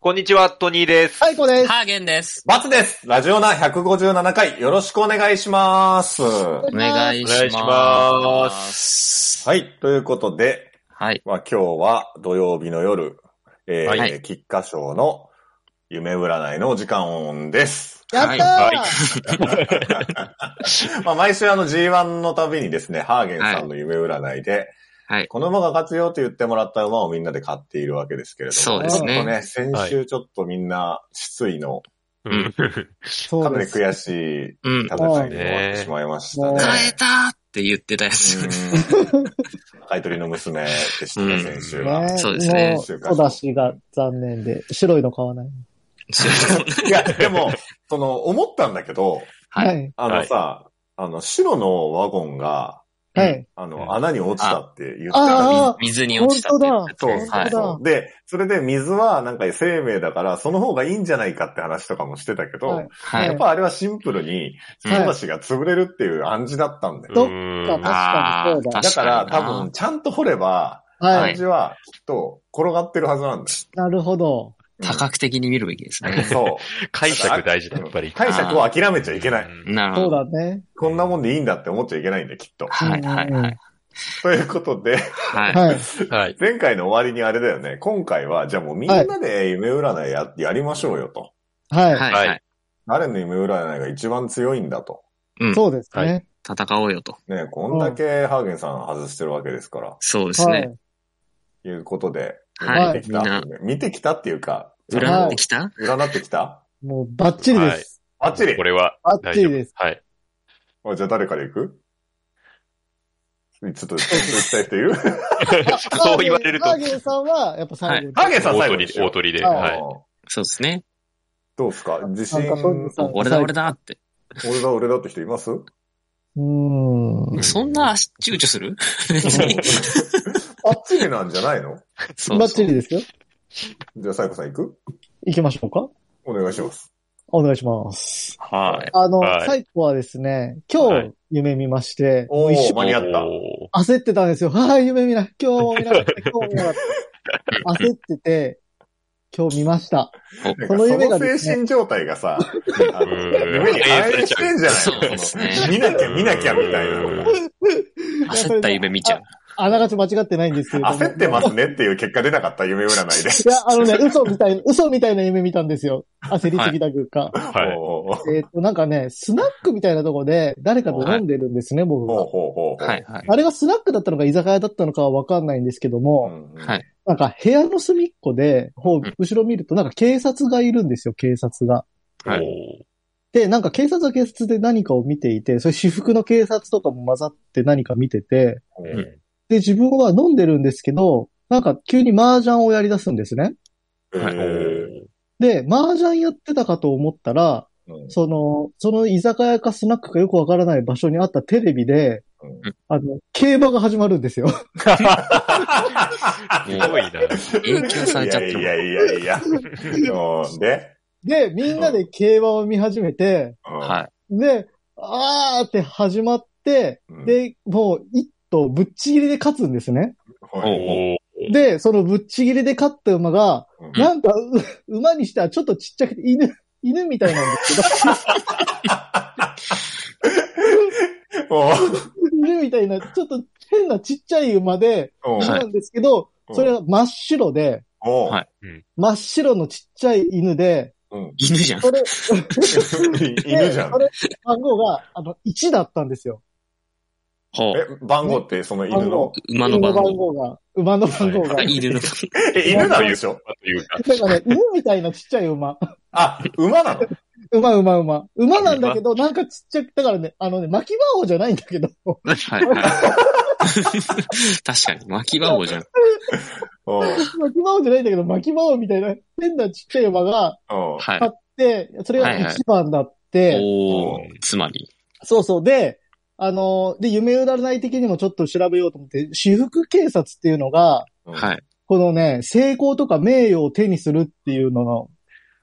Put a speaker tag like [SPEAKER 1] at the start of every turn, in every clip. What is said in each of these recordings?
[SPEAKER 1] こんにちは、トニーです。
[SPEAKER 2] はい、こうです。
[SPEAKER 3] ハーゲンです。
[SPEAKER 4] バツです。ラジオナ157回、よろしくお願いします。は
[SPEAKER 3] お願いします。
[SPEAKER 1] お願いします。
[SPEAKER 4] い。ということで、
[SPEAKER 3] はい。
[SPEAKER 4] まあ、今日は土曜日の夜、えー
[SPEAKER 3] はい
[SPEAKER 4] 菊花賞の夢占いのお時間です。
[SPEAKER 2] やったー、
[SPEAKER 1] はい
[SPEAKER 4] まあ、毎週あの G1 のたびにですね、ハーゲンさんの夢占いで、
[SPEAKER 3] はい
[SPEAKER 4] この馬が勝つよと言ってもらった馬をみんなで買っているわけですけれども。
[SPEAKER 3] そうですね
[SPEAKER 4] ちょっと先週ちょっとみんな失意の、
[SPEAKER 1] う
[SPEAKER 3] うん
[SPEAKER 1] ん。
[SPEAKER 2] そ
[SPEAKER 4] か
[SPEAKER 2] う
[SPEAKER 4] な
[SPEAKER 2] で
[SPEAKER 4] り
[SPEAKER 2] す。
[SPEAKER 4] 悔しい
[SPEAKER 3] うん。
[SPEAKER 4] 食べさに終わってしまいましたね。
[SPEAKER 2] うん
[SPEAKER 3] 変えたーって言ってたやつ。
[SPEAKER 4] うん買い取りの娘でした
[SPEAKER 3] う
[SPEAKER 4] ね、
[SPEAKER 3] ん
[SPEAKER 4] 先週は。
[SPEAKER 3] そうですね
[SPEAKER 2] もう、小出しが残念で、白いの買わない。
[SPEAKER 4] いや、でも、その、思ったんだけど、
[SPEAKER 3] はい
[SPEAKER 2] い。
[SPEAKER 4] あのさ、あの、白のワゴンが、
[SPEAKER 2] はい。
[SPEAKER 4] あの、
[SPEAKER 1] うん
[SPEAKER 4] 穴に落ちたって言った
[SPEAKER 2] ああ
[SPEAKER 3] 水に落ちたって言ってた
[SPEAKER 4] そう
[SPEAKER 3] や
[SPEAKER 4] そう
[SPEAKER 3] つ
[SPEAKER 2] 本当だ
[SPEAKER 4] そう。で、それで水はなんか生命だから、その方がいいんじゃないかって話とかもしてたけど、
[SPEAKER 2] はい
[SPEAKER 3] は
[SPEAKER 4] やっ
[SPEAKER 3] い。
[SPEAKER 4] ぱあれはシンプルに、
[SPEAKER 3] うん
[SPEAKER 4] 白出しが潰れるっていう暗示だったんだよ。
[SPEAKER 2] どっか
[SPEAKER 1] うん
[SPEAKER 2] な
[SPEAKER 3] あー
[SPEAKER 2] 確かにそうだ
[SPEAKER 4] だから多。
[SPEAKER 3] 確に
[SPEAKER 4] 分、
[SPEAKER 3] な
[SPEAKER 4] ちゃんと掘れば、
[SPEAKER 2] はい。
[SPEAKER 4] 暗示はきっと転がってるはずなんだよ。
[SPEAKER 2] なるほど。
[SPEAKER 3] 多角的に見るべきですね。
[SPEAKER 4] そう。
[SPEAKER 1] 解釈大事だ、やっぱり。
[SPEAKER 4] 解釈を諦めちゃいけない。
[SPEAKER 1] い。
[SPEAKER 3] なる
[SPEAKER 2] そ
[SPEAKER 3] ほ
[SPEAKER 2] う
[SPEAKER 3] ど。
[SPEAKER 2] だね。
[SPEAKER 4] こんなもんでいいんだって思っちゃいけないんだよ、きっと。
[SPEAKER 3] はいはいはい。
[SPEAKER 4] ということで、
[SPEAKER 3] はい。
[SPEAKER 2] はい。
[SPEAKER 1] はい。
[SPEAKER 4] 前回の終わりにあれだよね。今回は、じゃあもうみんなで夢占いや,、やりましょうよと。
[SPEAKER 2] はい。
[SPEAKER 3] はいはい。
[SPEAKER 4] 誰の夢占いが一番強いんだと。
[SPEAKER 3] うん。
[SPEAKER 2] そうです
[SPEAKER 1] は
[SPEAKER 2] ね。
[SPEAKER 3] 戦おうよと。
[SPEAKER 4] ね、こんだけハーゲンさん外してるわけですから。
[SPEAKER 3] そうです
[SPEAKER 2] はい。
[SPEAKER 3] ね。
[SPEAKER 4] いうことで、
[SPEAKER 3] はい
[SPEAKER 4] 見てきた、
[SPEAKER 3] みんな
[SPEAKER 4] 見てきたっていうか、
[SPEAKER 3] 占ってきた
[SPEAKER 4] 占ってきた
[SPEAKER 2] もう、バッチリです。
[SPEAKER 4] あっちり
[SPEAKER 1] こ。れは、
[SPEAKER 2] バッチリです。
[SPEAKER 1] はい。
[SPEAKER 4] あじゃあ誰から行くちょっと、ちょっとしたい人いるハ
[SPEAKER 1] そう言われると
[SPEAKER 2] ハ、ーゲンさんは、やっぱ最後に。
[SPEAKER 4] ーゲンさん
[SPEAKER 1] 大
[SPEAKER 4] 最後
[SPEAKER 1] 鳥
[SPEAKER 4] に
[SPEAKER 1] で、
[SPEAKER 4] しよう
[SPEAKER 1] 大鳥で。
[SPEAKER 2] はい
[SPEAKER 1] はい。
[SPEAKER 3] そうですね。
[SPEAKER 4] どうですか自信、
[SPEAKER 2] なんかトムさん
[SPEAKER 3] 俺だ俺だって。
[SPEAKER 4] 俺だ俺だって人います
[SPEAKER 2] うーん。
[SPEAKER 3] そんな躊躇する
[SPEAKER 4] あっちりなんじゃないの
[SPEAKER 3] そう
[SPEAKER 2] バッ
[SPEAKER 3] そ
[SPEAKER 2] チリ
[SPEAKER 3] う。
[SPEAKER 2] ですよ。
[SPEAKER 4] じゃあ、サイコさん行く
[SPEAKER 2] 行きましょうか。
[SPEAKER 4] お願いします。
[SPEAKER 2] お願いします。
[SPEAKER 1] はい。
[SPEAKER 2] あの、
[SPEAKER 1] はい
[SPEAKER 2] 最後はですね、
[SPEAKER 1] は
[SPEAKER 2] 今日
[SPEAKER 1] い
[SPEAKER 2] 夢見まして、
[SPEAKER 4] お
[SPEAKER 2] 一
[SPEAKER 4] ー、
[SPEAKER 2] 緒
[SPEAKER 4] 間に合った。
[SPEAKER 1] お
[SPEAKER 2] 焦ってたんですよ。はい、夢見ない。今日も見なかった。今日も見なかった。焦ってて、今日見ました。
[SPEAKER 4] なん
[SPEAKER 2] こ
[SPEAKER 4] か
[SPEAKER 2] の
[SPEAKER 4] そ
[SPEAKER 2] 夢が
[SPEAKER 4] の
[SPEAKER 2] で
[SPEAKER 4] 精
[SPEAKER 2] すね
[SPEAKER 4] 神状態がさ、あの
[SPEAKER 1] うん
[SPEAKER 4] 夢に反映してんじゃない
[SPEAKER 3] そうですね
[SPEAKER 4] その見なきゃ見なきゃみたいなのが。
[SPEAKER 3] 焦った夢見ちゃう。
[SPEAKER 2] あながち間違ってないんですけれども。
[SPEAKER 4] 焦ってますねっていう結果出なかった夢占いで。
[SPEAKER 2] いや、あのね、嘘みたいな、嘘みたいな夢見たんですよ。焦りすぎたというか。
[SPEAKER 1] ーはい。
[SPEAKER 4] ほうほ
[SPEAKER 2] えっと、なんかね、スナックみたいなとこで誰かと飲んでるんですね、
[SPEAKER 4] う
[SPEAKER 2] 僕
[SPEAKER 4] ほう
[SPEAKER 2] が。
[SPEAKER 4] ほうほう。
[SPEAKER 3] はいはい。
[SPEAKER 2] あれがスナックだったのか居酒屋だったのかはわかんないんですけど
[SPEAKER 4] う
[SPEAKER 2] も、
[SPEAKER 4] んうん
[SPEAKER 3] はい
[SPEAKER 2] なんか部屋の隅っこで、こ
[SPEAKER 3] う
[SPEAKER 2] うん後ろ見るとなんか警察がいるんですよ、警察が。
[SPEAKER 3] はい
[SPEAKER 1] お
[SPEAKER 2] で、なんか警察は警察で何かを見ていて、それ私服の警察とかも混ざって何か見てて、
[SPEAKER 4] うん
[SPEAKER 1] うん
[SPEAKER 2] で、自分は飲んでるんですけど、なんか急に麻雀をやり出すんですね。
[SPEAKER 4] え
[SPEAKER 3] はい
[SPEAKER 4] ー
[SPEAKER 2] で、麻雀やってたかと思ったら、
[SPEAKER 4] うん
[SPEAKER 2] その、その居酒屋かスナックかよくわからない場所にあったテレビで、
[SPEAKER 4] うん
[SPEAKER 2] あの、競馬が始まるんですよ。
[SPEAKER 1] すごいな。
[SPEAKER 3] 影響されちゃって
[SPEAKER 4] い
[SPEAKER 3] る。
[SPEAKER 4] やいやいやいや。うんで、
[SPEAKER 2] で、みんなで競馬を見始めて、
[SPEAKER 4] うん
[SPEAKER 3] は
[SPEAKER 2] で、あーって始まって、
[SPEAKER 4] うん
[SPEAKER 2] で、もう一頭ぶっちぎりで勝つんですね。
[SPEAKER 4] はい
[SPEAKER 1] お
[SPEAKER 2] で、そのぶっちぎりで勝った馬が、
[SPEAKER 4] うん
[SPEAKER 2] なんか、う 馬にしてはちょっとちっちゃくて犬、犬みたいなんですけ
[SPEAKER 4] も
[SPEAKER 2] ど、犬みたいな、ちょっと変なちっちゃい馬で、
[SPEAKER 4] ううん
[SPEAKER 2] そう
[SPEAKER 3] はい
[SPEAKER 2] なんですけど、それが真っ白で、
[SPEAKER 4] もう
[SPEAKER 3] はい
[SPEAKER 2] 真っ白のちっちゃい犬で、
[SPEAKER 4] うん
[SPEAKER 3] い。犬じゃん。
[SPEAKER 2] それ、
[SPEAKER 4] 犬じゃん
[SPEAKER 2] そ。れ、番号が、あの、1だったんですよ。
[SPEAKER 3] ほう。
[SPEAKER 4] え、番号ってその犬
[SPEAKER 2] 番
[SPEAKER 4] の
[SPEAKER 2] 号。
[SPEAKER 3] 馬の番
[SPEAKER 2] 犬
[SPEAKER 3] 号。
[SPEAKER 2] が。馬の番号が。
[SPEAKER 3] あ犬の番
[SPEAKER 4] え、犬なんでしょ
[SPEAKER 1] というか。
[SPEAKER 2] なんかね、犬みたいなちっちゃい馬。
[SPEAKER 4] あ、馬なの
[SPEAKER 2] 馬、馬、馬。馬なんだけど、なんかちっちゃく、だからね、あのね、巻き馬王じゃないんだけど、
[SPEAKER 3] 号。はいはい。確かに、巻き馬王じゃん。
[SPEAKER 4] うんうん
[SPEAKER 2] 巻き馬王じゃないんだけど、巻き馬王みたいな変なちっちゃい馬が
[SPEAKER 3] はい
[SPEAKER 2] あ。って、それが1番だって、
[SPEAKER 3] おお、つまり。
[SPEAKER 2] そうそう。で、あの、で、夢占い的にもちょっと調べようと思って、私服警察っていうのが、
[SPEAKER 4] うん
[SPEAKER 3] はい。
[SPEAKER 2] このね、成功とか名誉を手にするっていうのの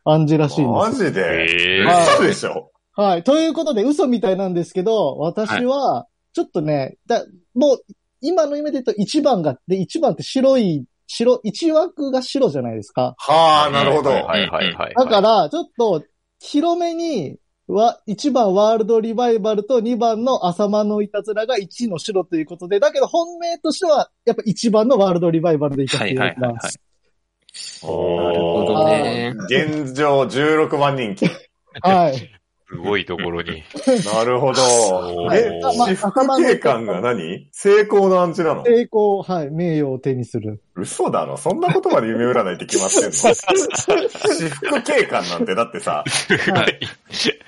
[SPEAKER 2] 暗示らしいんですよ
[SPEAKER 4] マジで
[SPEAKER 1] え
[SPEAKER 3] は
[SPEAKER 1] ー
[SPEAKER 4] 嘘でしょ
[SPEAKER 2] はい。ということで、嘘みたいなんですけど、私は、ちょっとね、だもう、今の夢で言うと1番が、で、1番って白い白、1枠が白じゃないですか。
[SPEAKER 4] はあ、なるほど。
[SPEAKER 1] はいはいはい。
[SPEAKER 2] だから、ちょっと、広めに、は、1番ワールドリバイバルと2番の浅間のいたずらが1の白ということで、だけど本命としては、やっぱ1番のワールドリバイバルでいたっていうことなんです。
[SPEAKER 3] なるほどね。
[SPEAKER 4] 現状16万人気。
[SPEAKER 2] はい。
[SPEAKER 1] すごいところに。
[SPEAKER 4] なるほど。
[SPEAKER 1] はい
[SPEAKER 4] え、
[SPEAKER 1] まあ
[SPEAKER 4] 私服警官が何成功の暗示なの
[SPEAKER 2] 成功、はい、名誉を手にする。
[SPEAKER 4] 嘘だろそんなことまで夢占いって決まってんの私服警官なんてだってさ、
[SPEAKER 1] はい。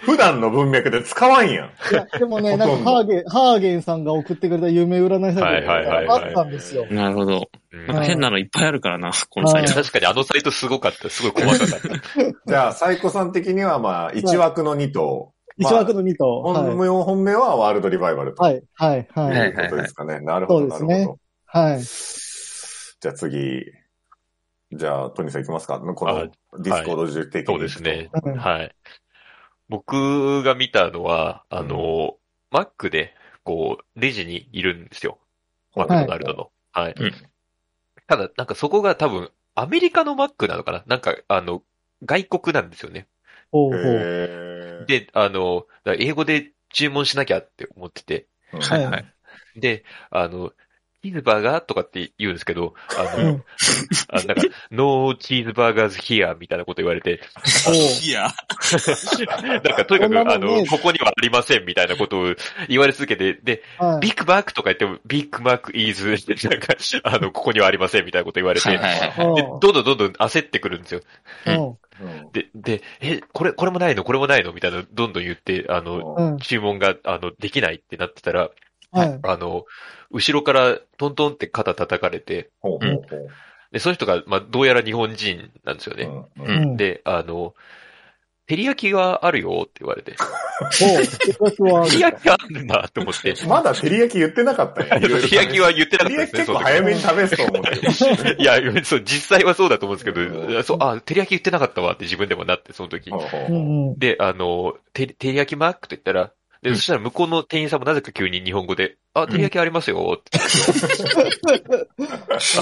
[SPEAKER 4] 普段の文脈で使わんやん。
[SPEAKER 2] いや、でもね、なんか、ハーゲン、ハーゲンさんが送ってくれた夢占いサイト
[SPEAKER 1] はいはいはい
[SPEAKER 2] が
[SPEAKER 1] はい
[SPEAKER 2] あったんですよ。
[SPEAKER 3] なるほど。
[SPEAKER 1] うん
[SPEAKER 3] なんか変なのいっぱいあるからな、このサイ
[SPEAKER 1] いや
[SPEAKER 3] ト。
[SPEAKER 1] 確かにあのサイトすごかった。すごい細かかった。
[SPEAKER 4] じゃあ、サイコさん的にはまあ、1枠の2と、
[SPEAKER 2] 一枠の2と。はい
[SPEAKER 4] 本。名、本名はワールドリバイバルと。
[SPEAKER 2] はい、はい、
[SPEAKER 4] と
[SPEAKER 2] はいい。
[SPEAKER 4] うことですかね。なるほど、な
[SPEAKER 2] そ
[SPEAKER 4] る
[SPEAKER 2] うですね
[SPEAKER 4] ほど。
[SPEAKER 2] はい。
[SPEAKER 4] じゃあ次。じゃあ、トニーさん行きますかこ
[SPEAKER 1] あ
[SPEAKER 4] のディスコード中的に。
[SPEAKER 1] そうですね。
[SPEAKER 2] うん
[SPEAKER 1] はい。僕が見たのは、あの、Mac で、こう、レジにいるんですよ。マクドナルドの。はい。
[SPEAKER 3] うん
[SPEAKER 1] ただ、なんかそこが多分、アメリカのマックなのかななんか、あの、外国なんですよね。
[SPEAKER 2] ほうほう。
[SPEAKER 4] へー
[SPEAKER 1] で、あの、だから英語で注文しなきゃって思ってて。
[SPEAKER 4] うん
[SPEAKER 3] はいはい。
[SPEAKER 1] で、あの、チーズバーガーとかって言うんですけど、あ
[SPEAKER 2] う
[SPEAKER 1] の
[SPEAKER 2] ん、
[SPEAKER 1] あなんか、ノーチーズバーガーズヒアみたいなこと言われて、
[SPEAKER 2] ほう
[SPEAKER 3] いや、
[SPEAKER 1] なんかとにか
[SPEAKER 2] こんな
[SPEAKER 1] く、
[SPEAKER 2] も
[SPEAKER 1] あ
[SPEAKER 2] んね
[SPEAKER 1] の、ここにはありませんみたいなことを言われ続けて、で、
[SPEAKER 2] はい
[SPEAKER 1] ビッグマックとか言っても、ビッグマックイーズ、なんか、あの、ここにはありませんみたいなこと言われて、
[SPEAKER 3] はい
[SPEAKER 1] で、
[SPEAKER 3] はいはい。
[SPEAKER 2] うん
[SPEAKER 1] どんどんどんどん焦ってくるんですよ。
[SPEAKER 2] うん
[SPEAKER 4] うん
[SPEAKER 1] で、で、え、これ、これもないのこれもないのみたいな、どんどん言って、あの、
[SPEAKER 2] う
[SPEAKER 4] うん
[SPEAKER 2] ん。
[SPEAKER 1] 注文が、あの、できないってなってたら、
[SPEAKER 2] はい。
[SPEAKER 1] あの、後ろからトントンって肩叩かれて、
[SPEAKER 4] ほうほうほう
[SPEAKER 1] で、その人が、まあ、どうやら日本人なんですよね。
[SPEAKER 4] う
[SPEAKER 3] う
[SPEAKER 4] ん
[SPEAKER 3] ん
[SPEAKER 2] うん。
[SPEAKER 1] で、あの、照り焼きがあるよって言われて、
[SPEAKER 2] ほう。私は
[SPEAKER 1] 照り焼 きがあるんだと思って、
[SPEAKER 4] まだ照り焼き言ってなかったよ。
[SPEAKER 1] 照り焼きは言ってなか
[SPEAKER 4] 照
[SPEAKER 1] っ
[SPEAKER 4] り
[SPEAKER 1] たですね、
[SPEAKER 4] 焼き
[SPEAKER 1] そ
[SPEAKER 4] 結構
[SPEAKER 1] の時
[SPEAKER 4] 早めに食べすと思うんだけど。
[SPEAKER 1] いや、そう、実際はそうだと思うんですけど、
[SPEAKER 4] うん
[SPEAKER 1] いやそう、あ、照り焼き言ってなかったわって自分でもなって、その時
[SPEAKER 4] ほ。うほう
[SPEAKER 2] う
[SPEAKER 4] ほうん
[SPEAKER 2] うん。
[SPEAKER 1] で、あの、て照り焼きマークと言ったら、で、
[SPEAKER 3] うん
[SPEAKER 1] そしたら向こうの店員さんもなぜか急に日本語で、あ、照り焼きありますよって
[SPEAKER 2] 面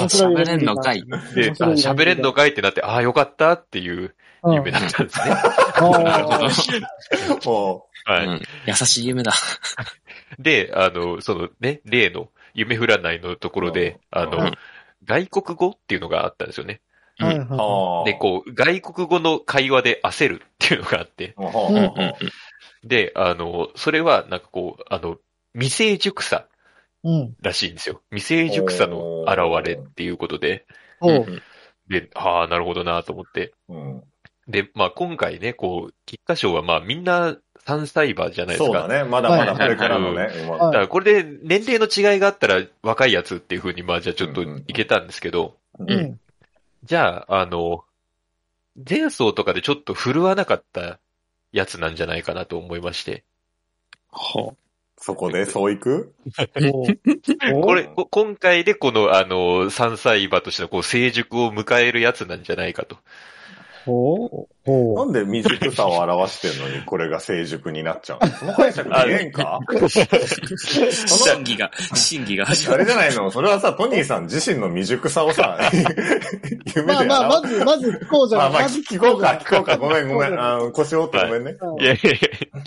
[SPEAKER 2] 白い
[SPEAKER 3] 喋れんのかい。
[SPEAKER 1] 言って、あ
[SPEAKER 2] 面白い
[SPEAKER 1] 喋れんのかいってなって、あ、よかったっていう
[SPEAKER 2] うん
[SPEAKER 1] 夢だったんですね。
[SPEAKER 2] あ
[SPEAKER 4] も
[SPEAKER 1] はい。
[SPEAKER 3] うん優しい夢だ。
[SPEAKER 1] で、あの、そのね、例の夢占いのところで、
[SPEAKER 4] うん
[SPEAKER 1] あ
[SPEAKER 4] う
[SPEAKER 1] の
[SPEAKER 3] ん、
[SPEAKER 1] 外国語っていうのがあったんですよね。
[SPEAKER 2] ーはいはい。
[SPEAKER 4] うあー
[SPEAKER 1] で、こう、外国語の会話で焦るっていうのがあって、
[SPEAKER 4] ほうほうほう
[SPEAKER 2] うん
[SPEAKER 3] うん
[SPEAKER 1] で、あの、それはなんかこう、あの、未成熟さ
[SPEAKER 2] うん。
[SPEAKER 1] らしいんですよ。未成熟さの現れっていうことで、
[SPEAKER 2] ほ
[SPEAKER 3] うん
[SPEAKER 2] う。
[SPEAKER 3] うん
[SPEAKER 1] で、ああ、なるほどなと思って。
[SPEAKER 4] うん
[SPEAKER 1] で、まあ今回ね、こう、菊花賞はまあみんな3歳馬じゃないです
[SPEAKER 4] そう
[SPEAKER 1] か。
[SPEAKER 4] だね。まだまだこれからのね。馬
[SPEAKER 1] だからこれで年齢の違いがあったら若いやつっていうふうに、まあじゃあちょっといけたんですけど、
[SPEAKER 4] うん
[SPEAKER 2] う
[SPEAKER 4] うん
[SPEAKER 2] ん。
[SPEAKER 1] じゃあ、あの、前走とかでちょっと振るわなかったやつなんじゃないかなと思いまして。
[SPEAKER 3] ほ
[SPEAKER 4] そこで、そういく
[SPEAKER 2] ほう。
[SPEAKER 1] これ、こ今回でこの、あの、3歳馬としてのこう成熟を迎えるやつなんじゃないかと。
[SPEAKER 2] ほう。
[SPEAKER 4] な
[SPEAKER 2] ほ
[SPEAKER 4] んで未熟さを表してるの にこれが成熟になっちゃうのその解釈見えんか
[SPEAKER 3] う審議が、審議が始
[SPEAKER 4] あ
[SPEAKER 3] ま
[SPEAKER 4] れ
[SPEAKER 3] る。
[SPEAKER 4] じゃないのそれはさ、トニーさん自身の未熟さを さ、
[SPEAKER 2] う。
[SPEAKER 4] 夢
[SPEAKER 2] まあ
[SPEAKER 4] で
[SPEAKER 2] まあ、
[SPEAKER 4] 表
[SPEAKER 2] まず、まず聞こうじゃな
[SPEAKER 4] まあ
[SPEAKER 2] い。
[SPEAKER 4] まあ、
[SPEAKER 2] まず
[SPEAKER 4] 聞こうか、聞こうか。ごめんごめ。
[SPEAKER 2] 聞こうんじゃない
[SPEAKER 4] あの腰折ってごめんね。
[SPEAKER 2] うん
[SPEAKER 1] いやいやいやっ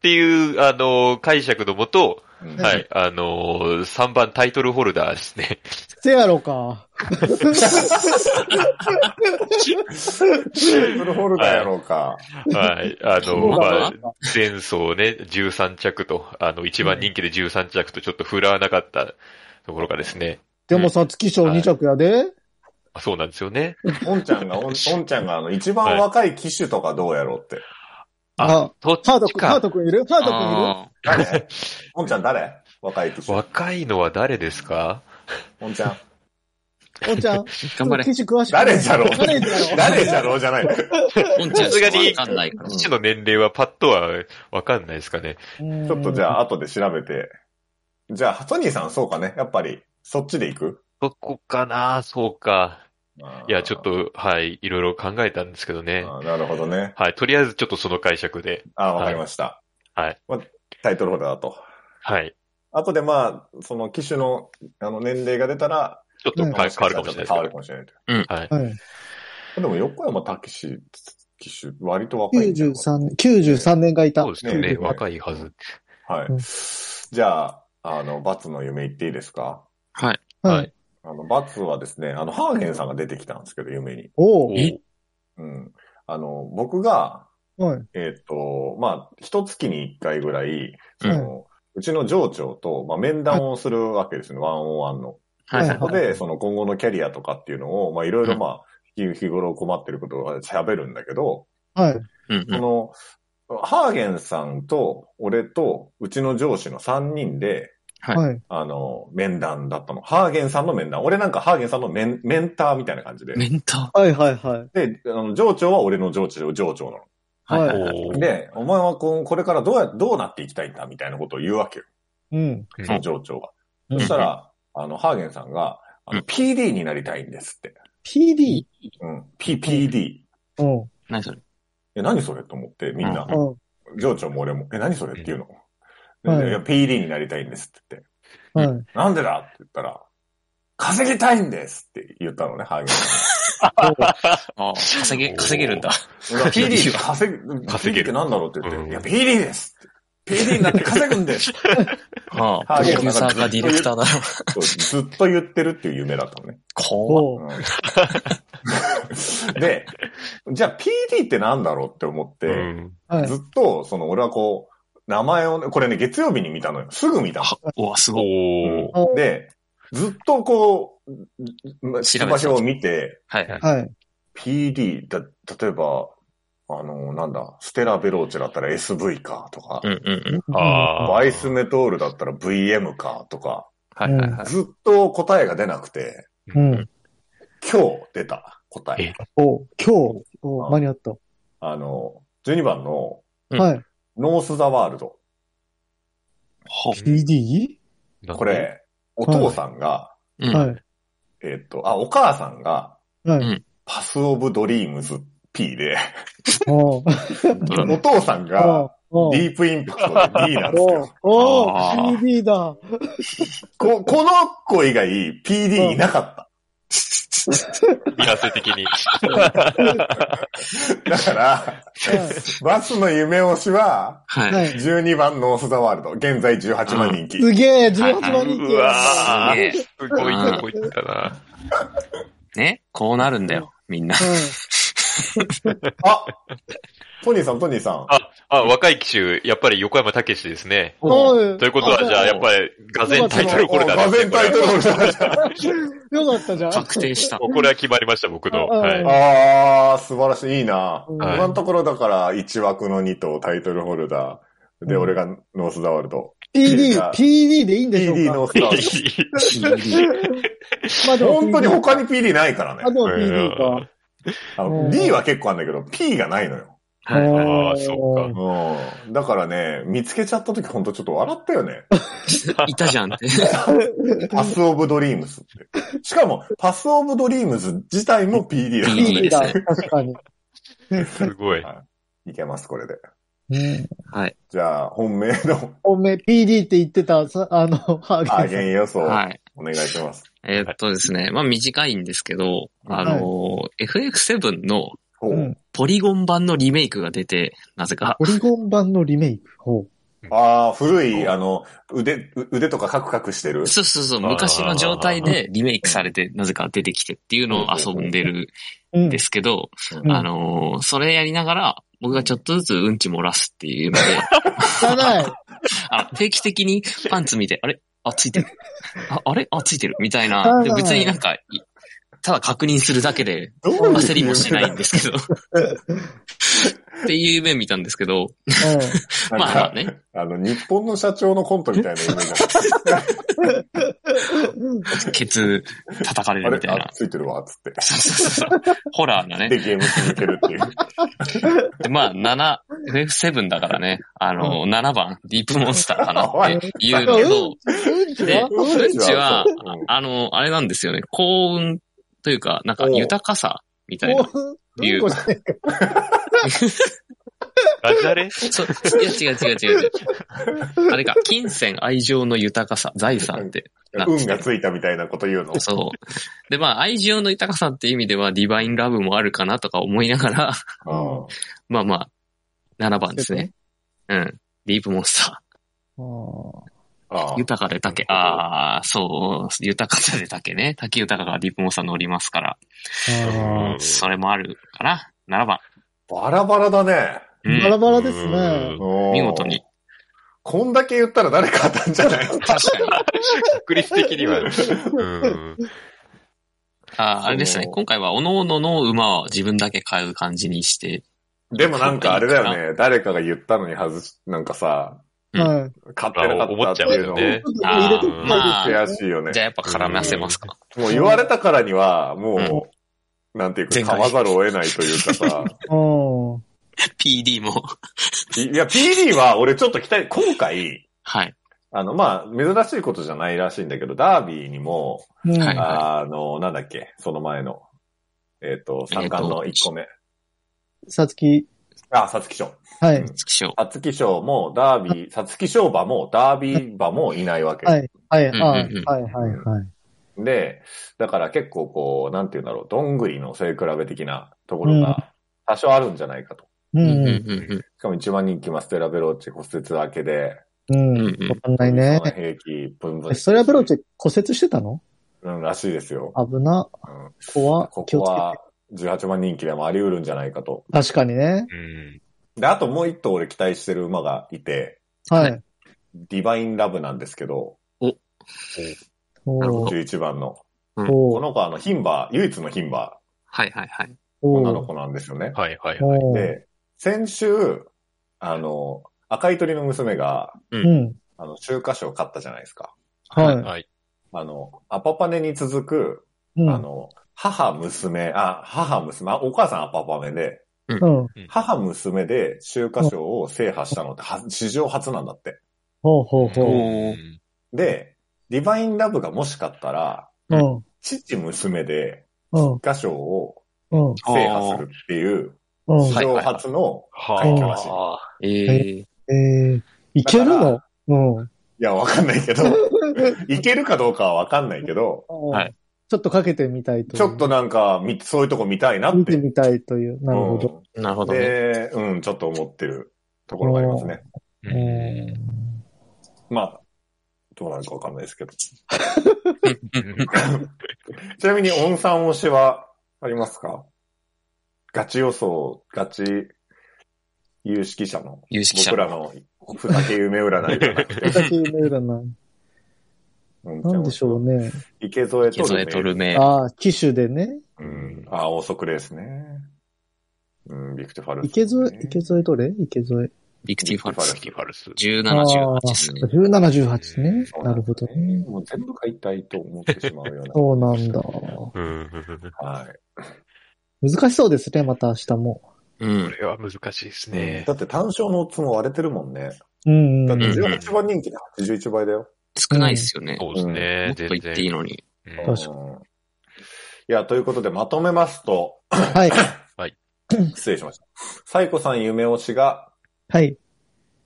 [SPEAKER 1] ていう、あの、解釈のもと、
[SPEAKER 4] うん
[SPEAKER 1] は。い、あの、3番タイトルホルダーですね。
[SPEAKER 2] せやろか。
[SPEAKER 4] タイトルホルダーやろうか。
[SPEAKER 1] はい、あの、
[SPEAKER 2] そう
[SPEAKER 1] ま
[SPEAKER 2] だ
[SPEAKER 1] あ、前走ね、13着と、あの、一番人気で13着とちょっと振るわなかったところがですね、
[SPEAKER 2] でもさ、月賞2着やで。
[SPEAKER 1] あそうなんですよね。
[SPEAKER 4] おんちゃんが、おんおんちゃんがあの、一番若い機種とかどうやろうって。
[SPEAKER 2] あ、
[SPEAKER 1] そっ
[SPEAKER 2] ハード
[SPEAKER 1] ち
[SPEAKER 2] 君、ハ
[SPEAKER 1] か。
[SPEAKER 2] ード君いるハード君いる
[SPEAKER 3] あ
[SPEAKER 4] 誰 おんちゃん誰若い機種。
[SPEAKER 1] 若いのは誰ですか
[SPEAKER 4] おんちゃん。
[SPEAKER 2] おんちゃん、
[SPEAKER 3] ー頑張れ。
[SPEAKER 2] 機種詳しく。
[SPEAKER 4] 誰じゃろう
[SPEAKER 2] 誰じゃろ
[SPEAKER 4] 誰じゃろうじゃない。ち
[SPEAKER 3] 本ちゃんしかわかんないから。
[SPEAKER 1] 父の年齢はパッとはわかんないですかね。
[SPEAKER 2] ち
[SPEAKER 4] ょっとじゃ
[SPEAKER 2] あ。
[SPEAKER 4] あ、後で調べて。じゃあ、トニーさんそうかね。やっぱり、そっちで行く
[SPEAKER 1] どこかなそうか。いや、ちょっ
[SPEAKER 4] と。
[SPEAKER 1] と、はい、いろいろ考えたんですけどね。
[SPEAKER 4] あーなるほどね。
[SPEAKER 1] はい、とりあえずちょっとその解釈で。
[SPEAKER 4] あーわかりました。
[SPEAKER 1] はい
[SPEAKER 4] ま。タイトルホルダーと。
[SPEAKER 1] はい。
[SPEAKER 4] あとでまあ、その機種の、あの、年齢が出たら、
[SPEAKER 1] ちょっと変わ変わるかもしれないです
[SPEAKER 4] 変わ
[SPEAKER 1] け
[SPEAKER 4] るかもしれない。
[SPEAKER 1] ど。はい。
[SPEAKER 2] はい。
[SPEAKER 4] でも横山武史騎手、割と若いんじゃないか
[SPEAKER 2] 93年、93年がいた。
[SPEAKER 1] そうですよ
[SPEAKER 4] ね
[SPEAKER 1] ね。若いはず。
[SPEAKER 4] なはい。
[SPEAKER 2] うん
[SPEAKER 4] じゃあ、あの、バツの夢言っていいですか
[SPEAKER 3] はい。
[SPEAKER 1] は
[SPEAKER 2] はいい。。
[SPEAKER 4] あの、バツはですね、あの、ハーゲンさんが出てきたんですけど、夢に。
[SPEAKER 2] お
[SPEAKER 1] お
[SPEAKER 2] お。
[SPEAKER 3] え
[SPEAKER 4] うん。あの、僕が、
[SPEAKER 2] はい。
[SPEAKER 4] えっ、と、まあ、一月に一回ぐらい、そ
[SPEAKER 3] うん
[SPEAKER 4] の、うちの上長と、まあ、面談をするわけですね、ワンオンワンの。
[SPEAKER 3] はい。
[SPEAKER 4] そこで、その今後のキャリアとかっていうのを、まあいろいろまあ、日頃困ってることを喋るんだけど、
[SPEAKER 2] はい。
[SPEAKER 3] うんう
[SPEAKER 4] そ
[SPEAKER 3] ん。
[SPEAKER 4] の、ハーゲンさんと、俺と、うちの上司の3人で、
[SPEAKER 2] はい。
[SPEAKER 4] あの、面談だったの。ハーゲンさんの面談。俺なんかハーゲンさんのメンメンターみたいな感じで。
[SPEAKER 3] メンタ
[SPEAKER 2] はい。はい。はい。
[SPEAKER 4] で、あの上長は俺の上長、上長な
[SPEAKER 3] ー。はい
[SPEAKER 2] は
[SPEAKER 3] はいはい。
[SPEAKER 1] お
[SPEAKER 4] の。で、お前はこうこれからどうや、どうなっていきたいんだみたいなことを言うわけよ。
[SPEAKER 2] うん。
[SPEAKER 4] その上長が。
[SPEAKER 2] うん
[SPEAKER 4] そしたら、あの、ハーゲンさんが、あの、
[SPEAKER 3] うん
[SPEAKER 4] PD になりたいんですって。
[SPEAKER 2] PD?
[SPEAKER 4] うん。PPD。
[SPEAKER 2] うん。
[SPEAKER 3] 何それ
[SPEAKER 4] え、何それと思って、みんな
[SPEAKER 3] う、
[SPEAKER 2] うん。
[SPEAKER 4] 上長も俺も、え、何それっていうの。
[SPEAKER 2] うん
[SPEAKER 4] でいや、PD になりたいんですって言っ
[SPEAKER 2] はい。
[SPEAKER 4] て。なんでだって言ったら、稼ぎたいんですって言ったのね、ハーゲンさ
[SPEAKER 3] ああ、 稼げ、稼げるんだ。
[SPEAKER 4] んが。PD が稼ぐ、
[SPEAKER 1] 稼げ
[SPEAKER 4] PD っ
[SPEAKER 1] る
[SPEAKER 4] てなんだろうって言って、
[SPEAKER 1] うん
[SPEAKER 4] いや、PD ですって。PD になって稼ぐんです
[SPEAKER 3] ああ、
[SPEAKER 4] ハー
[SPEAKER 3] プ
[SPEAKER 4] ゲン
[SPEAKER 3] ロデューサーがディレクターだ。
[SPEAKER 4] とずっと言ってるっていう夢だったのね。
[SPEAKER 3] 怖っ
[SPEAKER 2] おう。
[SPEAKER 4] うんで、じゃあ PD ってなんだろうって思っ
[SPEAKER 1] う
[SPEAKER 4] て、
[SPEAKER 1] ん。
[SPEAKER 2] はい
[SPEAKER 4] ず。っと、その俺はこう、名前をね、これね、月曜日に見たのよ。すぐ見たの。
[SPEAKER 3] うわ、すごい。
[SPEAKER 1] おー
[SPEAKER 2] お
[SPEAKER 4] で、ずっとこう、
[SPEAKER 3] て
[SPEAKER 4] 出
[SPEAKER 3] た
[SPEAKER 4] 場所を見て、
[SPEAKER 3] はいはい。
[SPEAKER 2] はい。
[SPEAKER 4] PD だ、例えば、あの、なんだ、ステラベローチェだったら SV かとか
[SPEAKER 3] う、んうんうん。
[SPEAKER 1] ああ。
[SPEAKER 4] バイスメトールだったら VM かとか、
[SPEAKER 3] はいはいはい。
[SPEAKER 4] ずっと答えが出なくて、
[SPEAKER 2] うん。うん。
[SPEAKER 4] 今日出た答え
[SPEAKER 1] え。
[SPEAKER 2] おう。今日、おう間に合った。
[SPEAKER 4] あの、12番の
[SPEAKER 3] うん
[SPEAKER 2] はい。
[SPEAKER 4] ノースザワールド。
[SPEAKER 3] ほ
[SPEAKER 2] PD?
[SPEAKER 1] なん
[SPEAKER 4] こ
[SPEAKER 1] で。
[SPEAKER 4] れ、お父さんが、
[SPEAKER 3] うん。
[SPEAKER 2] は。
[SPEAKER 3] はい
[SPEAKER 4] えっと、あ、お母さんが、
[SPEAKER 2] はい。
[SPEAKER 4] パスオブドリームズ P で、
[SPEAKER 2] おう。
[SPEAKER 4] お父さんが、
[SPEAKER 2] おう。
[SPEAKER 4] ディープインパクトで D なんです
[SPEAKER 2] お
[SPEAKER 4] よ
[SPEAKER 2] う。。おう。
[SPEAKER 3] あー
[SPEAKER 2] PD だ。
[SPEAKER 4] こ、この子以外 PD いなかった。
[SPEAKER 1] 見合わせ的 に。
[SPEAKER 4] だから、
[SPEAKER 2] は
[SPEAKER 4] バスの夢推しは、
[SPEAKER 2] い。
[SPEAKER 3] い。
[SPEAKER 2] はい。
[SPEAKER 4] 12番ノースザワールド。現在18万人気。
[SPEAKER 2] すげえ、18万人
[SPEAKER 1] うわ
[SPEAKER 2] 気。
[SPEAKER 1] ー
[SPEAKER 3] す
[SPEAKER 1] すごいとこ行ったな。
[SPEAKER 3] ね、こうなるんだよ、みんな。
[SPEAKER 4] あトニーさん、トニーさん。
[SPEAKER 1] あ、若い機種、やっぱり横山武史ですね。
[SPEAKER 2] お
[SPEAKER 4] う
[SPEAKER 2] う。
[SPEAKER 1] ということは、
[SPEAKER 2] あ
[SPEAKER 1] じゃあ、やっぱり、がぜんタイトルこれだね。
[SPEAKER 4] 画面タイトルホルダーじゃん
[SPEAKER 2] よかったじゃん。
[SPEAKER 3] 確定した。
[SPEAKER 1] もうこれは決まりました、僕の。
[SPEAKER 2] あ
[SPEAKER 1] はい。
[SPEAKER 2] あ
[SPEAKER 4] あー、素晴らしい。いいな。
[SPEAKER 2] うん
[SPEAKER 1] はい
[SPEAKER 4] 今のところだから、1枠の2とタイトルホルダー。で、
[SPEAKER 2] うん
[SPEAKER 4] 俺がノースザワールド。
[SPEAKER 2] PD、PD でいいんでしょ
[SPEAKER 4] PD
[SPEAKER 2] うか
[SPEAKER 4] ノースザ ワール
[SPEAKER 2] まあでも PD
[SPEAKER 4] ド。本当に他に PD ないから
[SPEAKER 2] あ
[SPEAKER 4] ね。
[SPEAKER 2] とは PD か。
[SPEAKER 4] あ
[SPEAKER 2] う
[SPEAKER 4] の
[SPEAKER 2] ん
[SPEAKER 4] D は結構あるんだけど、P がないのよ。
[SPEAKER 3] はいはい。
[SPEAKER 1] ああそう
[SPEAKER 4] うん。だからね、見つけちゃった時本当ちょっと笑ったよね。
[SPEAKER 3] いたじゃんって。
[SPEAKER 4] パスオブドリームズって。しかも、パスオブドリームズ自体も PD だ
[SPEAKER 3] PD
[SPEAKER 4] ね。
[SPEAKER 2] PD
[SPEAKER 3] です
[SPEAKER 2] だ、
[SPEAKER 3] ね
[SPEAKER 2] 確かに。
[SPEAKER 1] すごい。
[SPEAKER 4] いけます、これで。
[SPEAKER 2] うん
[SPEAKER 4] じゃあ、本命の
[SPEAKER 2] おめ、PD って言ってた、さあの、ハーゲ
[SPEAKER 4] アー
[SPEAKER 2] ンさん。
[SPEAKER 4] ゲン予想、
[SPEAKER 3] はい。
[SPEAKER 4] お願いします。
[SPEAKER 3] えーっとですね、まあ短いんですけど、あのー、FX7 の
[SPEAKER 4] ほう
[SPEAKER 2] うん
[SPEAKER 3] ポリゴン版のリメイクが出て、なぜか。
[SPEAKER 2] ポリゴン版のリメイク。ほう。
[SPEAKER 4] ああ、古い、あの、腕、う腕とかカクカクしてる。
[SPEAKER 3] そうそうそう、昔の状態でリメイクされて、なぜか出てきてっていうのを遊んでる
[SPEAKER 2] うん
[SPEAKER 3] んですけど、
[SPEAKER 2] うん
[SPEAKER 3] あのー、それやりながら、僕がちょっとずつうんち漏らすっていうので、
[SPEAKER 2] 汚い。
[SPEAKER 3] あの定期的にパンツ見て、あれあ、ついてる。ああれあ、ついてる。みたいな。で別になんか、いただ確認するだけで、
[SPEAKER 4] どういう
[SPEAKER 3] 焦りもしないんですけど。っていう夢見たんですけど、
[SPEAKER 4] なんか
[SPEAKER 3] まあね。
[SPEAKER 4] あの、日本の社長のコントみたいな夢じゃ
[SPEAKER 3] ケツ叩かれ
[SPEAKER 4] ん。あ
[SPEAKER 3] るみ
[SPEAKER 4] れ、
[SPEAKER 3] たい
[SPEAKER 4] あ
[SPEAKER 3] な、。
[SPEAKER 4] ついてるわ、つって。
[SPEAKER 3] そうそうそう。ホラーがね。
[SPEAKER 4] で、ゲーム続けるっ ていう。
[SPEAKER 3] で、まあ、7、FF7 だからね、あの、7番、ディープモンスターかなっていうのと、
[SPEAKER 2] うん。うんち
[SPEAKER 3] で、
[SPEAKER 2] は
[SPEAKER 3] うんちは
[SPEAKER 4] うん、
[SPEAKER 3] あの、あれなんですよね、幸運というか、なんか
[SPEAKER 4] おう
[SPEAKER 3] 豊かさみたい
[SPEAKER 2] も
[SPEAKER 3] な。
[SPEAKER 2] う、
[SPEAKER 3] いう
[SPEAKER 2] うんこじゃねえ
[SPEAKER 1] ダジャレ
[SPEAKER 3] そう、いや違う違う違う違う。あれか、金銭、愛情の豊かさ、財産ってなって
[SPEAKER 4] 運がついたみたいなこと言うの。
[SPEAKER 3] そう。で、まあ、愛情の豊かさっていう意味では、ディバインラブもあるかなとか思いながら、
[SPEAKER 4] あ
[SPEAKER 3] まあまあ、7番ですね。うん。ディープモンスタ
[SPEAKER 2] あー。
[SPEAKER 4] あああ
[SPEAKER 3] ー。豊かで竹。ああ、そう。豊かさで竹ね。竹豊がディープモンスター乗りますから。
[SPEAKER 2] あ
[SPEAKER 1] うん
[SPEAKER 3] それもあるかな。7番。
[SPEAKER 4] バラバラだね。
[SPEAKER 3] う
[SPEAKER 2] ーバラ
[SPEAKER 3] ん。
[SPEAKER 2] バラですね。
[SPEAKER 4] おー
[SPEAKER 3] 見事に。。
[SPEAKER 4] こんだけ言ったら誰か当たんじゃない
[SPEAKER 3] 確かに。
[SPEAKER 1] 確率的には。うん。
[SPEAKER 3] あーあれですね。
[SPEAKER 4] そう
[SPEAKER 3] 今回は、おのおのの馬を自分だけ買う感じにして。
[SPEAKER 4] でもなんかあれだよね。誰かが言ったのに外し、なんかさ、
[SPEAKER 3] うん
[SPEAKER 2] はい。
[SPEAKER 4] 買ってなかったっていうのも
[SPEAKER 1] 思っちゃうよね
[SPEAKER 3] あー
[SPEAKER 2] 入れて
[SPEAKER 3] まあ
[SPEAKER 4] 悔しいよね
[SPEAKER 3] じ。ゃあやっぱ絡ませますか。
[SPEAKER 4] もう言われたからには、もう、なんていうか、
[SPEAKER 3] 前回
[SPEAKER 4] 買わざるを得ないという かさ。
[SPEAKER 2] うん。
[SPEAKER 3] PD も。
[SPEAKER 4] いや、PD は俺ちょっと期待、今回、
[SPEAKER 3] はい。
[SPEAKER 4] あの、まあ、珍しいことじゃないらしいんだけど、ダービーにも、
[SPEAKER 2] うん
[SPEAKER 3] はい
[SPEAKER 4] あの、なんだっけ、その前の、えっ、と、三冠の1個目。
[SPEAKER 2] さつき。
[SPEAKER 4] あ、皐月賞。
[SPEAKER 2] はい。
[SPEAKER 3] 付き賞。
[SPEAKER 4] 皐月賞も、ダービー、皐月賞馬も、ダービー馬もいないわけ。
[SPEAKER 2] はい。はい。
[SPEAKER 3] うん
[SPEAKER 2] はい。
[SPEAKER 3] うんうん
[SPEAKER 2] はい。はい。はい。
[SPEAKER 4] で、だから結構こう、なんて言うんだろう、どんぐりの背比べ的なところが、多少あるんじゃないかと。
[SPEAKER 2] う
[SPEAKER 3] うんうん
[SPEAKER 2] ん。
[SPEAKER 3] うん
[SPEAKER 4] しかも一番人気マステラベローチ骨折明けで、
[SPEAKER 2] うん。
[SPEAKER 3] うん
[SPEAKER 2] わ
[SPEAKER 3] うん
[SPEAKER 2] かんないね
[SPEAKER 4] そ。の平気、ブンブン。
[SPEAKER 2] それはブローチ骨折してたの
[SPEAKER 4] うん、らしいですよ。
[SPEAKER 2] 危な。
[SPEAKER 4] うん
[SPEAKER 2] 怖。
[SPEAKER 4] こ
[SPEAKER 2] 気
[SPEAKER 4] こ
[SPEAKER 2] をつ
[SPEAKER 4] は18万人気でもあり得るんじゃないかと。
[SPEAKER 2] けて。確かにね。
[SPEAKER 1] うん。
[SPEAKER 4] で、あともう一頭俺期待してる馬がいて、
[SPEAKER 2] はい。
[SPEAKER 4] ディバインラブなんですけど、
[SPEAKER 2] お
[SPEAKER 3] なるほ
[SPEAKER 2] ー
[SPEAKER 4] 11番の。こ
[SPEAKER 2] おー
[SPEAKER 4] の子はあの、牝馬、唯一の牝馬、
[SPEAKER 3] はいはいはい。
[SPEAKER 2] お
[SPEAKER 4] 女の
[SPEAKER 2] ー
[SPEAKER 4] 子なんですよね。
[SPEAKER 1] はいはいはい。
[SPEAKER 2] おー
[SPEAKER 4] で、先週、あの、赤い鳥の娘が、
[SPEAKER 2] うん。
[SPEAKER 4] あの、中華賞を勝ったじゃないですか。
[SPEAKER 2] は
[SPEAKER 1] はい。
[SPEAKER 4] あの、アパパネに続く、
[SPEAKER 2] い。うん。
[SPEAKER 4] あの、母娘、あ、母娘、あお母さんアパパネで、
[SPEAKER 2] うん。
[SPEAKER 4] 母娘で中華賞を制覇したのっては、史上初なんだって。
[SPEAKER 2] ほうほうほ
[SPEAKER 3] お
[SPEAKER 1] う
[SPEAKER 3] ー
[SPEAKER 1] ん
[SPEAKER 4] で、ディバインラブがもしかったら、
[SPEAKER 2] う。うん。
[SPEAKER 4] 父娘で
[SPEAKER 2] うん。
[SPEAKER 4] 中華賞を
[SPEAKER 2] うん。
[SPEAKER 4] 制覇するっていう、
[SPEAKER 2] うん
[SPEAKER 4] 史。上初の、
[SPEAKER 1] は
[SPEAKER 4] 快挙らしい
[SPEAKER 1] あ。
[SPEAKER 3] ええ
[SPEAKER 2] えー、いけるのうん。
[SPEAKER 4] いや、わかんな いけど、いけるかどうかはわかんないけど、
[SPEAKER 3] はい
[SPEAKER 2] ちょっとかけてみたいという。
[SPEAKER 4] ちょっとなんか、みそういうとこ見たいなって。
[SPEAKER 2] 見てみたいという。なるほど。
[SPEAKER 3] なる
[SPEAKER 4] う
[SPEAKER 3] ほ
[SPEAKER 4] ん
[SPEAKER 3] どね。
[SPEAKER 4] で、うん、ちょっと思ってるところがありますね。
[SPEAKER 1] う
[SPEAKER 2] うん
[SPEAKER 1] ん。
[SPEAKER 4] まあ、どうなるかわかんないですけど。ち
[SPEAKER 1] うん
[SPEAKER 4] なみに、オンさん推しはありますかガチ予想、ガチ有識者の、
[SPEAKER 3] 有識者
[SPEAKER 4] 僕。らの、ふざけ夢占いじゃなくて
[SPEAKER 2] お酒夢占い。
[SPEAKER 4] うん
[SPEAKER 2] なんでしょうね。
[SPEAKER 4] 池添と
[SPEAKER 3] 池添と
[SPEAKER 4] ルメ
[SPEAKER 3] ルメイ。
[SPEAKER 2] ああ、機種でね。
[SPEAKER 4] うん。あ、オーソクレースね。うん、ビクティファルス、
[SPEAKER 2] 池添、池添どれ池添。
[SPEAKER 3] ビクティファル
[SPEAKER 1] フ
[SPEAKER 3] ス
[SPEAKER 1] ァ。ルファルス。
[SPEAKER 3] 17、
[SPEAKER 2] あ
[SPEAKER 3] 18ですね。
[SPEAKER 2] 17、18ね
[SPEAKER 4] そ。う
[SPEAKER 2] なんる
[SPEAKER 4] で
[SPEAKER 2] ほど
[SPEAKER 4] すね
[SPEAKER 2] ね。
[SPEAKER 4] もう全部買いたいと思ってしまうよう
[SPEAKER 2] そうなんだ。
[SPEAKER 1] うん。
[SPEAKER 4] な。はい。
[SPEAKER 2] 難しそうですね、また明日も。
[SPEAKER 1] こ
[SPEAKER 3] うん。
[SPEAKER 1] れは難しいですね
[SPEAKER 4] だ。って単勝のオッズも割れてるもんね。
[SPEAKER 2] うんうん
[SPEAKER 4] だ
[SPEAKER 2] う
[SPEAKER 4] っ
[SPEAKER 2] ん。
[SPEAKER 4] て
[SPEAKER 3] うん
[SPEAKER 4] 18番人気で81倍だよ。
[SPEAKER 3] 少ないですよね。
[SPEAKER 1] そ
[SPEAKER 3] も
[SPEAKER 1] うですね
[SPEAKER 3] っ。と
[SPEAKER 1] 全
[SPEAKER 3] 言っていい
[SPEAKER 1] 然。
[SPEAKER 3] のに。
[SPEAKER 1] うん
[SPEAKER 2] 確か
[SPEAKER 4] うんいや、ということでまとめますと、
[SPEAKER 2] はい。
[SPEAKER 4] 失礼しました。サイコさん夢推しが、
[SPEAKER 2] はい。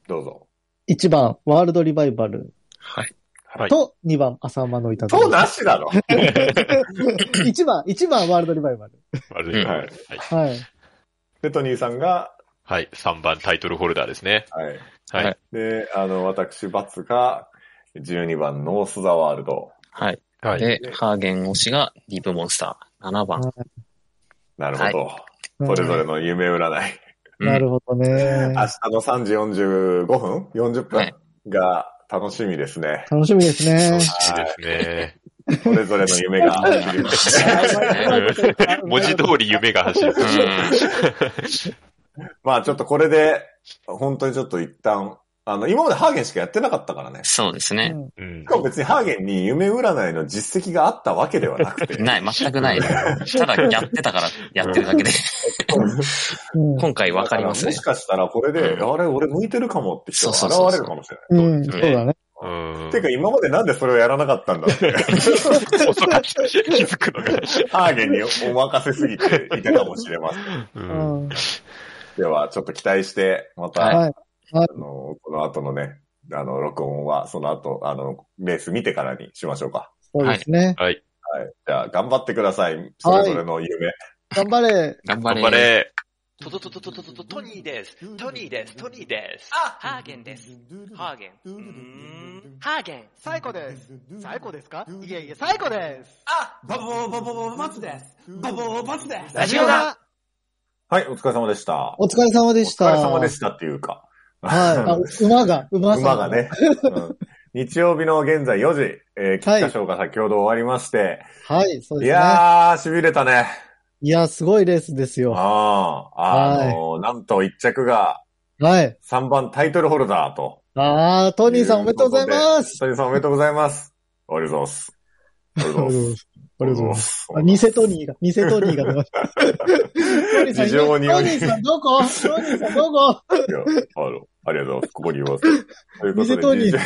[SPEAKER 4] どうぞ。
[SPEAKER 2] 1番、ワールドリバイバル。
[SPEAKER 3] はい。
[SPEAKER 1] はい。
[SPEAKER 2] と、2番、浅間のいたずら
[SPEAKER 4] となしだろ
[SPEAKER 2] 一番、一番ワールドリバイバル。
[SPEAKER 1] あれですね
[SPEAKER 4] はい
[SPEAKER 1] はい。
[SPEAKER 2] はい。
[SPEAKER 4] で、トニーさんが、
[SPEAKER 1] はい。3番タイトルホルダーですね。
[SPEAKER 4] はい。
[SPEAKER 1] は
[SPEAKER 3] はい
[SPEAKER 1] い。
[SPEAKER 4] で、あの、私、バツが、12番ノースザワールド。
[SPEAKER 3] はい。
[SPEAKER 1] はい。
[SPEAKER 3] で、ハーゲン推しがディープモンスター。7番。
[SPEAKER 4] なるほど。
[SPEAKER 2] うん
[SPEAKER 4] それぞれの夢占い。
[SPEAKER 3] うん
[SPEAKER 2] なるほどね。
[SPEAKER 4] 明日の3時45分 ?40
[SPEAKER 3] はい
[SPEAKER 4] 分が楽しみですね。
[SPEAKER 2] 楽しみです ね。
[SPEAKER 1] いいですね。
[SPEAKER 4] それぞれの夢が走りました
[SPEAKER 1] うん文字通り夢が走る。
[SPEAKER 4] まあちょっとこれで、本当にちょっと一旦、あの、今までハーゲンしかやってなかったからね。し
[SPEAKER 3] そうです
[SPEAKER 2] う
[SPEAKER 3] ね。
[SPEAKER 2] ん。
[SPEAKER 1] うん
[SPEAKER 4] かも別にハーゲンに夢占いの実績があったわけではなくて。
[SPEAKER 3] ない、全くない。ただやってたからやってるだけで、
[SPEAKER 2] うん
[SPEAKER 3] 今回わかりますね
[SPEAKER 4] もし。かしたらこれで、あれ、俺向いてるかもって人
[SPEAKER 3] そうそうそう
[SPEAKER 4] が現れるかもしれない。
[SPEAKER 2] うん、そうだね。
[SPEAKER 1] うん
[SPEAKER 4] てか今までなんでそれをやらなかったんだって。
[SPEAKER 1] 遅かった。気づくのが。
[SPEAKER 4] ハーゲンにお任せすぎていたかもしれません。
[SPEAKER 1] う
[SPEAKER 2] うんん。
[SPEAKER 4] では、ちょっと期待して、また、
[SPEAKER 2] はい。
[SPEAKER 4] あの、この後のね、あの、録音は、その後、あの、レース見てからにしましょうか。
[SPEAKER 2] そうですね。
[SPEAKER 1] はい。
[SPEAKER 4] はい。じゃあ、頑張ってください。それぞれの夢。
[SPEAKER 2] 頑張れ。
[SPEAKER 3] 頑張
[SPEAKER 1] 頑
[SPEAKER 3] れ。
[SPEAKER 1] 張れ。
[SPEAKER 5] トトトトトトトトトニーです。トニーです。トニーです。
[SPEAKER 6] あ、ハーゲンです。ハーゲン。うーんハーゲン。
[SPEAKER 5] 最高です。最高ですかいえいえ、最高です。
[SPEAKER 6] あ、バボーバボーバツです。バボーバツです。
[SPEAKER 5] ラジオだ
[SPEAKER 4] はい、お疲れ様でした。
[SPEAKER 2] お疲れ様でした。
[SPEAKER 4] お疲れ様でしたっていうか。
[SPEAKER 2] はい。あ馬が、馬さん
[SPEAKER 4] 馬が。ね、うん日曜日の現在4時、えー、
[SPEAKER 2] はい
[SPEAKER 4] 菊花賞が先ほど終わりまして、
[SPEAKER 2] はい、そう
[SPEAKER 4] い、
[SPEAKER 2] ですね。いや
[SPEAKER 4] やー、痺れたね。
[SPEAKER 2] すごいレースですよ。
[SPEAKER 4] あーあのーなんと1着が
[SPEAKER 2] はい。
[SPEAKER 4] 3番タイトルホルダーと。
[SPEAKER 2] あー、トニーさんおめでとうございます。
[SPEAKER 4] トニーさんおめでとうございます。ありがとうございます。ありがと うございます。。
[SPEAKER 2] ありがとうございますあ偽トニーが、偽トニーが出ました。トニーさん
[SPEAKER 4] 非常に
[SPEAKER 2] トニーさんどこトニーさんどこ
[SPEAKER 4] いや、あの、ありがとうございます。ここにいます。ということで、
[SPEAKER 2] 二
[SPEAKER 4] 事情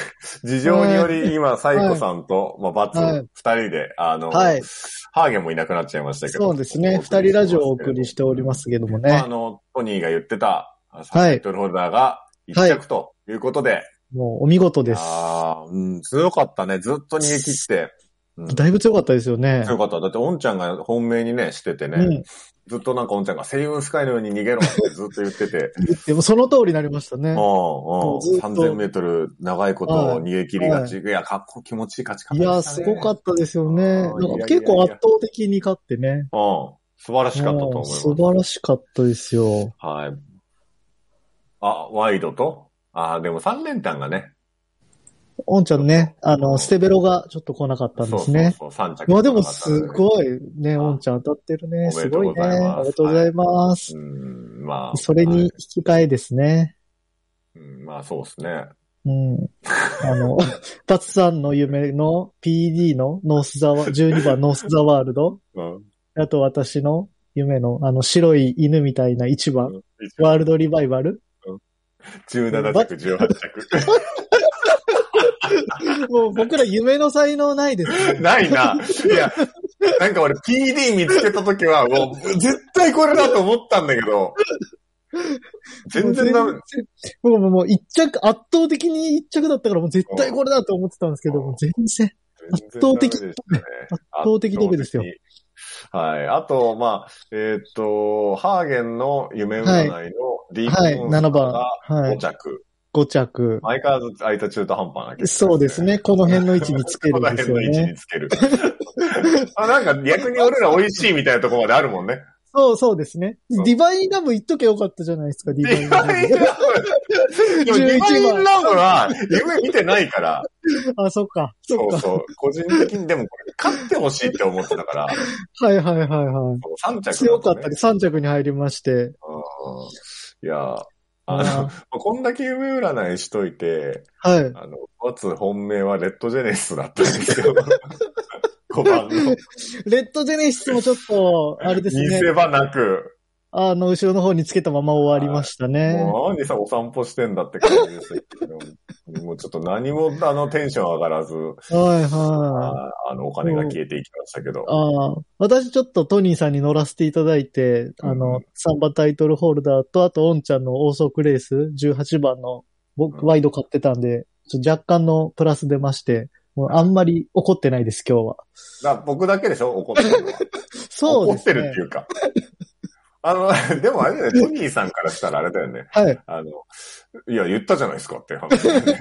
[SPEAKER 4] 事情により、今、サイコさんと、まあ、バツ、
[SPEAKER 2] はい
[SPEAKER 4] 二人で、あの、
[SPEAKER 2] はい
[SPEAKER 4] ハーゲンもいなくなっちゃいましたけど。
[SPEAKER 2] そうですね。
[SPEAKER 4] お
[SPEAKER 2] 二
[SPEAKER 4] 送
[SPEAKER 2] 人
[SPEAKER 4] りしてますけれど
[SPEAKER 2] ラジオをお送りしておりますけども
[SPEAKER 4] まあ、
[SPEAKER 2] ね
[SPEAKER 4] あ。の、トニーが言ってた、
[SPEAKER 2] い
[SPEAKER 4] タイトルホルダーが一
[SPEAKER 2] は
[SPEAKER 4] 着
[SPEAKER 2] い
[SPEAKER 4] ということで、
[SPEAKER 2] もうお見事です。
[SPEAKER 4] ああ、うん、強かったね。ずっと逃げ切って。うん
[SPEAKER 2] だいぶ強かったですよね。
[SPEAKER 4] 強かった。だって、オンちゃんが本命にね、しててね、
[SPEAKER 2] うん。
[SPEAKER 4] ずっとなんかオンちゃんがセイウンスカイのように逃げろって ずっと言ってて、
[SPEAKER 2] でもその通りになりましたね。もうずっ
[SPEAKER 4] うん、うん、
[SPEAKER 2] と
[SPEAKER 4] 3000メートル長いことを逃げ切りがち。いや、かっこ気持ちいい勝ち方
[SPEAKER 2] い
[SPEAKER 4] でしたね。
[SPEAKER 2] や、すごかったですよね。
[SPEAKER 4] あ
[SPEAKER 2] な
[SPEAKER 4] ー
[SPEAKER 2] んか結構圧倒的に勝ってね。
[SPEAKER 4] た。うん、素晴らしかったと思い
[SPEAKER 2] もう
[SPEAKER 4] ます
[SPEAKER 2] 素。晴らしかったですよ。
[SPEAKER 4] はい。あ、ワイドとあ、でも3連単がね。
[SPEAKER 2] おんちゃんね、あの、ステベロがちょっと来なかったんですね。
[SPEAKER 4] そうそうそう、3着。
[SPEAKER 2] まあでもすごいね、
[SPEAKER 4] あ
[SPEAKER 2] おんちゃん当たってるね。
[SPEAKER 4] おめ
[SPEAKER 2] す
[SPEAKER 4] でとう
[SPEAKER 2] ごい
[SPEAKER 4] ご
[SPEAKER 2] ね。
[SPEAKER 4] ざいます
[SPEAKER 2] ありがとうございます。
[SPEAKER 4] うん、まあ。
[SPEAKER 2] それ
[SPEAKER 4] は
[SPEAKER 2] に
[SPEAKER 4] い
[SPEAKER 2] 引き換えですね。
[SPEAKER 4] うんまあそうですね。
[SPEAKER 2] うん。あ の、タツさんの夢の PD のノースザワ、12番ノースザワールド。
[SPEAKER 4] うん。
[SPEAKER 2] あと私の夢のあの白い犬みたいな1番。ワールドリバイバル。
[SPEAKER 4] 17着、18着。
[SPEAKER 2] もう僕ら夢の才能ないですね。
[SPEAKER 4] ないな。いや、なんか俺 PD 見つけた時は、もう絶対これだと思ったんだけど、全然ダメ。
[SPEAKER 2] もうもうもう一着、圧倒的に一着だったからもう絶対これだと思ってたんですけど、
[SPEAKER 4] うん
[SPEAKER 2] もう全然。
[SPEAKER 4] 全然ダメでしたね
[SPEAKER 2] 圧倒的ダメですよ。
[SPEAKER 4] 圧倒的はい。あと、まあ、えーっと、ハーゲンの夢占いの D
[SPEAKER 2] はい、
[SPEAKER 4] コンサー
[SPEAKER 2] 7番。
[SPEAKER 4] が
[SPEAKER 2] は
[SPEAKER 4] 5
[SPEAKER 2] い、
[SPEAKER 4] 着。
[SPEAKER 2] 5着。
[SPEAKER 4] 相変わらず空いた中途半端な結果、
[SPEAKER 2] そうです。ね。この辺の位置につける
[SPEAKER 4] こ
[SPEAKER 2] ん
[SPEAKER 4] の
[SPEAKER 2] です
[SPEAKER 4] 辺
[SPEAKER 2] よ
[SPEAKER 4] の位置に
[SPEAKER 2] ね。
[SPEAKER 4] つ ける。あなんか逆に俺ら美味しいみたいなところまであるもんね。
[SPEAKER 2] そうそうですね。
[SPEAKER 4] そう
[SPEAKER 2] ディバインラブ言っとけよかったじゃないですか、デ
[SPEAKER 4] デ
[SPEAKER 2] ィバインラ
[SPEAKER 4] ィバインラブ。でもディバインラブは夢見てないから、
[SPEAKER 2] ブ。 あ、そっか。そ
[SPEAKER 4] そ
[SPEAKER 2] っ
[SPEAKER 4] う
[SPEAKER 2] か。
[SPEAKER 4] そう。個人的にでもこれ勝ってほしいって思ってたから、
[SPEAKER 2] はいはいはいは
[SPEAKER 4] 3着だ
[SPEAKER 2] い。
[SPEAKER 4] ね
[SPEAKER 2] 強かったり、3着に入りま して。
[SPEAKER 4] いや、あの
[SPEAKER 2] あ、
[SPEAKER 4] こんだけ夢占いしといて、
[SPEAKER 2] はい。
[SPEAKER 4] あの、まず本命はレッドジェネシスだったんですよ。5番の。
[SPEAKER 2] レッドジェネシスもちょっと、あれです
[SPEAKER 4] 見
[SPEAKER 2] ね。
[SPEAKER 4] せ場なく、
[SPEAKER 2] あの、後ろの方につけたまま終わりましたね。
[SPEAKER 4] もう何さ、お散歩してんだって感じですけど、もうちょっと何も、あの、テンション上がらず、
[SPEAKER 2] はいはい。
[SPEAKER 4] ああの、お金が消えていきましたけど。
[SPEAKER 2] ああ、私ちょっとトニーさんに乗らせていただいて、あ
[SPEAKER 4] う
[SPEAKER 2] の、サンバタイトルホルダーと、あと、オンちゃんの王クレース、18番の、
[SPEAKER 4] うん
[SPEAKER 2] 僕、ワイド買ってたんで、ちょっと若干のプラス出まして、もうあんまり怒ってないです、今日は。
[SPEAKER 4] だ僕だけでしょ怒ってるのは。
[SPEAKER 2] そう
[SPEAKER 4] 怒
[SPEAKER 2] で
[SPEAKER 4] っ
[SPEAKER 2] す
[SPEAKER 4] て
[SPEAKER 2] ね。
[SPEAKER 4] るっていうか。あの、 でもあれだよね、トニーさんからしたらあれだよね。
[SPEAKER 2] はい。
[SPEAKER 4] あの、いや、言ったじゃないですかっていう話だ よね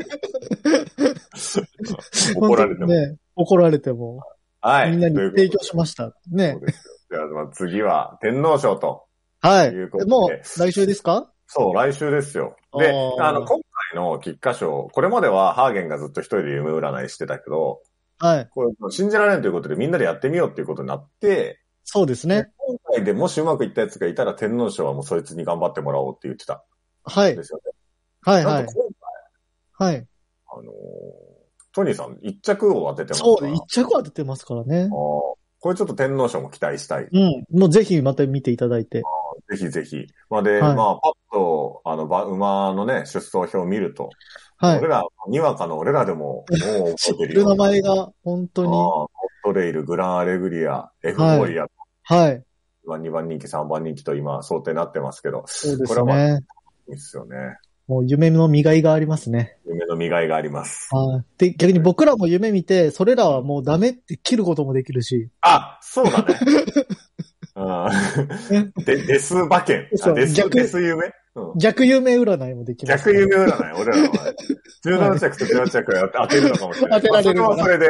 [SPEAKER 4] 怒られて
[SPEAKER 2] 本当
[SPEAKER 4] も。
[SPEAKER 2] にね。怒られても。
[SPEAKER 4] はい。
[SPEAKER 2] みんなに
[SPEAKER 4] ということで
[SPEAKER 2] 提供しました。ね
[SPEAKER 4] そう。ですよじゃあ、まあ、次は天皇賞と。
[SPEAKER 2] はい。
[SPEAKER 4] ということで
[SPEAKER 2] もう、来週ですか
[SPEAKER 4] そう、来週ですよ。で、
[SPEAKER 2] あー
[SPEAKER 4] あの、今回の菊花賞、これまではハーゲンがずっと一人で夢占いしてたけど、
[SPEAKER 2] はい。
[SPEAKER 4] これ信じられんということでみんなでやってみようっていうことになって、
[SPEAKER 2] そうですね。
[SPEAKER 4] 今回でもしうまくいったやつがいたら天皇賞はもうそいつに頑張ってもらおうって言ってた
[SPEAKER 2] は
[SPEAKER 4] ん
[SPEAKER 2] い
[SPEAKER 4] で。すよ
[SPEAKER 2] はい
[SPEAKER 4] ね。
[SPEAKER 2] は
[SPEAKER 4] なん
[SPEAKER 2] い
[SPEAKER 4] と。今
[SPEAKER 2] はい。
[SPEAKER 4] 回、あのートニーさん一着を当ててます
[SPEAKER 2] そう
[SPEAKER 4] から
[SPEAKER 2] で、一着は出てますからね
[SPEAKER 4] あー。これちょっと天皇賞も期待したい。
[SPEAKER 2] うん。もうぜひまた見ていただいて。
[SPEAKER 4] ぜひぜひ。まあ、で、
[SPEAKER 2] はい
[SPEAKER 4] まあ、パッと、あの、ば馬のね、出走表を見ると、
[SPEAKER 2] はい
[SPEAKER 4] 俺。ら、にわかの俺らでも、もう
[SPEAKER 2] 知っ
[SPEAKER 4] 覚
[SPEAKER 2] て
[SPEAKER 4] えて るよ
[SPEAKER 2] る名前が本当に。
[SPEAKER 4] ああホットレイル、グランアレグリア、エフフォーリア、
[SPEAKER 2] はい。
[SPEAKER 4] まあ2番人気、3番人気と今、想定になってますけど、
[SPEAKER 2] そうで
[SPEAKER 4] こ
[SPEAKER 2] す
[SPEAKER 4] れはま
[SPEAKER 2] ね。
[SPEAKER 4] いいっすよね。
[SPEAKER 2] もう夢の磨いがありますね。
[SPEAKER 4] 夢の読みがいがあります。
[SPEAKER 2] はい。で、逆に僕らも夢見て、それらはもうダメって切ることもできるし。
[SPEAKER 4] あ、そうだ ね。うん。で、デス馬券。あ
[SPEAKER 2] そう
[SPEAKER 4] デス、
[SPEAKER 2] 逆
[SPEAKER 4] デス夢、うん、
[SPEAKER 2] 逆夢占いもできます。
[SPEAKER 4] 逆夢占い、俺らは。17着と18着を当てるのかもしれない。
[SPEAKER 2] 当てられる
[SPEAKER 4] まあそれはそれで。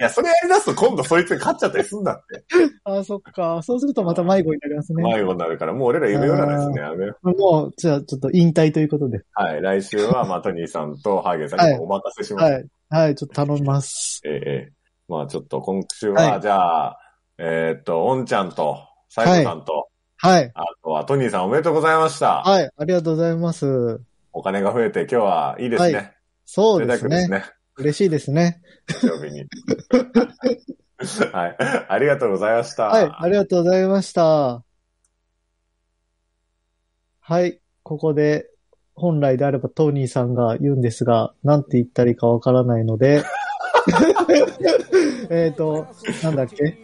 [SPEAKER 4] い や、それやり出すと今度そいつが勝っちゃったりすんだって。
[SPEAKER 2] あ、そっか。そうするとまた迷子になりますね。
[SPEAKER 4] 迷子になるから、もう俺ら夢占いですね。やめよう
[SPEAKER 2] もう、じゃあちょっと引退ということで。
[SPEAKER 4] はい、来週は、まあ、トニーさんとハーゲンさんにお任せします。
[SPEAKER 2] はい。はい、ちょっと頼みます。
[SPEAKER 4] ええええまあ、ちょっと今週は、
[SPEAKER 2] はい
[SPEAKER 4] じゃあ、えーっと、オンちゃんと、サイコさんと、
[SPEAKER 2] はい。
[SPEAKER 4] あとはトニーさんおめでとうございました。
[SPEAKER 2] はい、ありがとうございます。
[SPEAKER 4] お金が増えて今日はいいですね。
[SPEAKER 2] はそうで
[SPEAKER 4] 贅
[SPEAKER 2] す
[SPEAKER 4] 沢
[SPEAKER 2] ね。
[SPEAKER 4] ね。
[SPEAKER 2] 嬉しいですね。
[SPEAKER 4] 日曜日に。はい。ありがとうございました。
[SPEAKER 2] はい、ありがとうございました。はい、ここで、本来であればトニーさんが言うんですが、なんて言ったらいいかわからないの で、えっと、なんだっけ、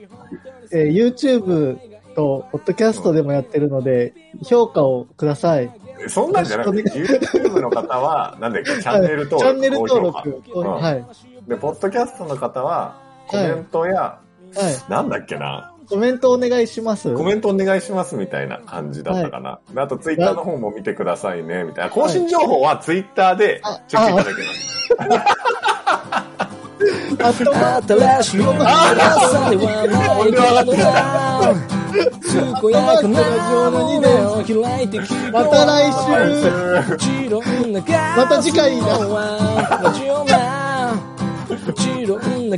[SPEAKER 2] えー YouTube と、ポッドキャストでもやってるので、評価をください。
[SPEAKER 4] そんなんじゃなくて、YouTube の方は、なんだっけ、チャンネル登録。
[SPEAKER 2] チャンネル登
[SPEAKER 4] 高評
[SPEAKER 2] 録。
[SPEAKER 4] うん
[SPEAKER 2] はい。
[SPEAKER 4] 価で、ポッドキャストの方は、コメントや、
[SPEAKER 2] はい。
[SPEAKER 4] なんだっけな、
[SPEAKER 2] コメントお願いします。
[SPEAKER 4] コメントお願いしますみたいな感じだったかな。であと、ツイッターの方も見てくださいね、みたいな。更新情報はツイッターで
[SPEAKER 2] あ
[SPEAKER 4] チェックいただけます。
[SPEAKER 2] あとは、
[SPEAKER 7] 新しい朝ではないけど健やかな胸を開いて
[SPEAKER 2] また来週
[SPEAKER 7] もちろん流
[SPEAKER 2] また次回
[SPEAKER 7] す
[SPEAKER 2] だ
[SPEAKER 7] のはラジオなもちろん流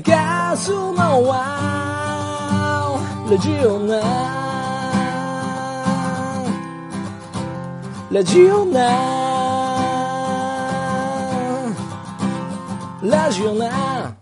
[SPEAKER 7] すのはラジオなラジオなラジオな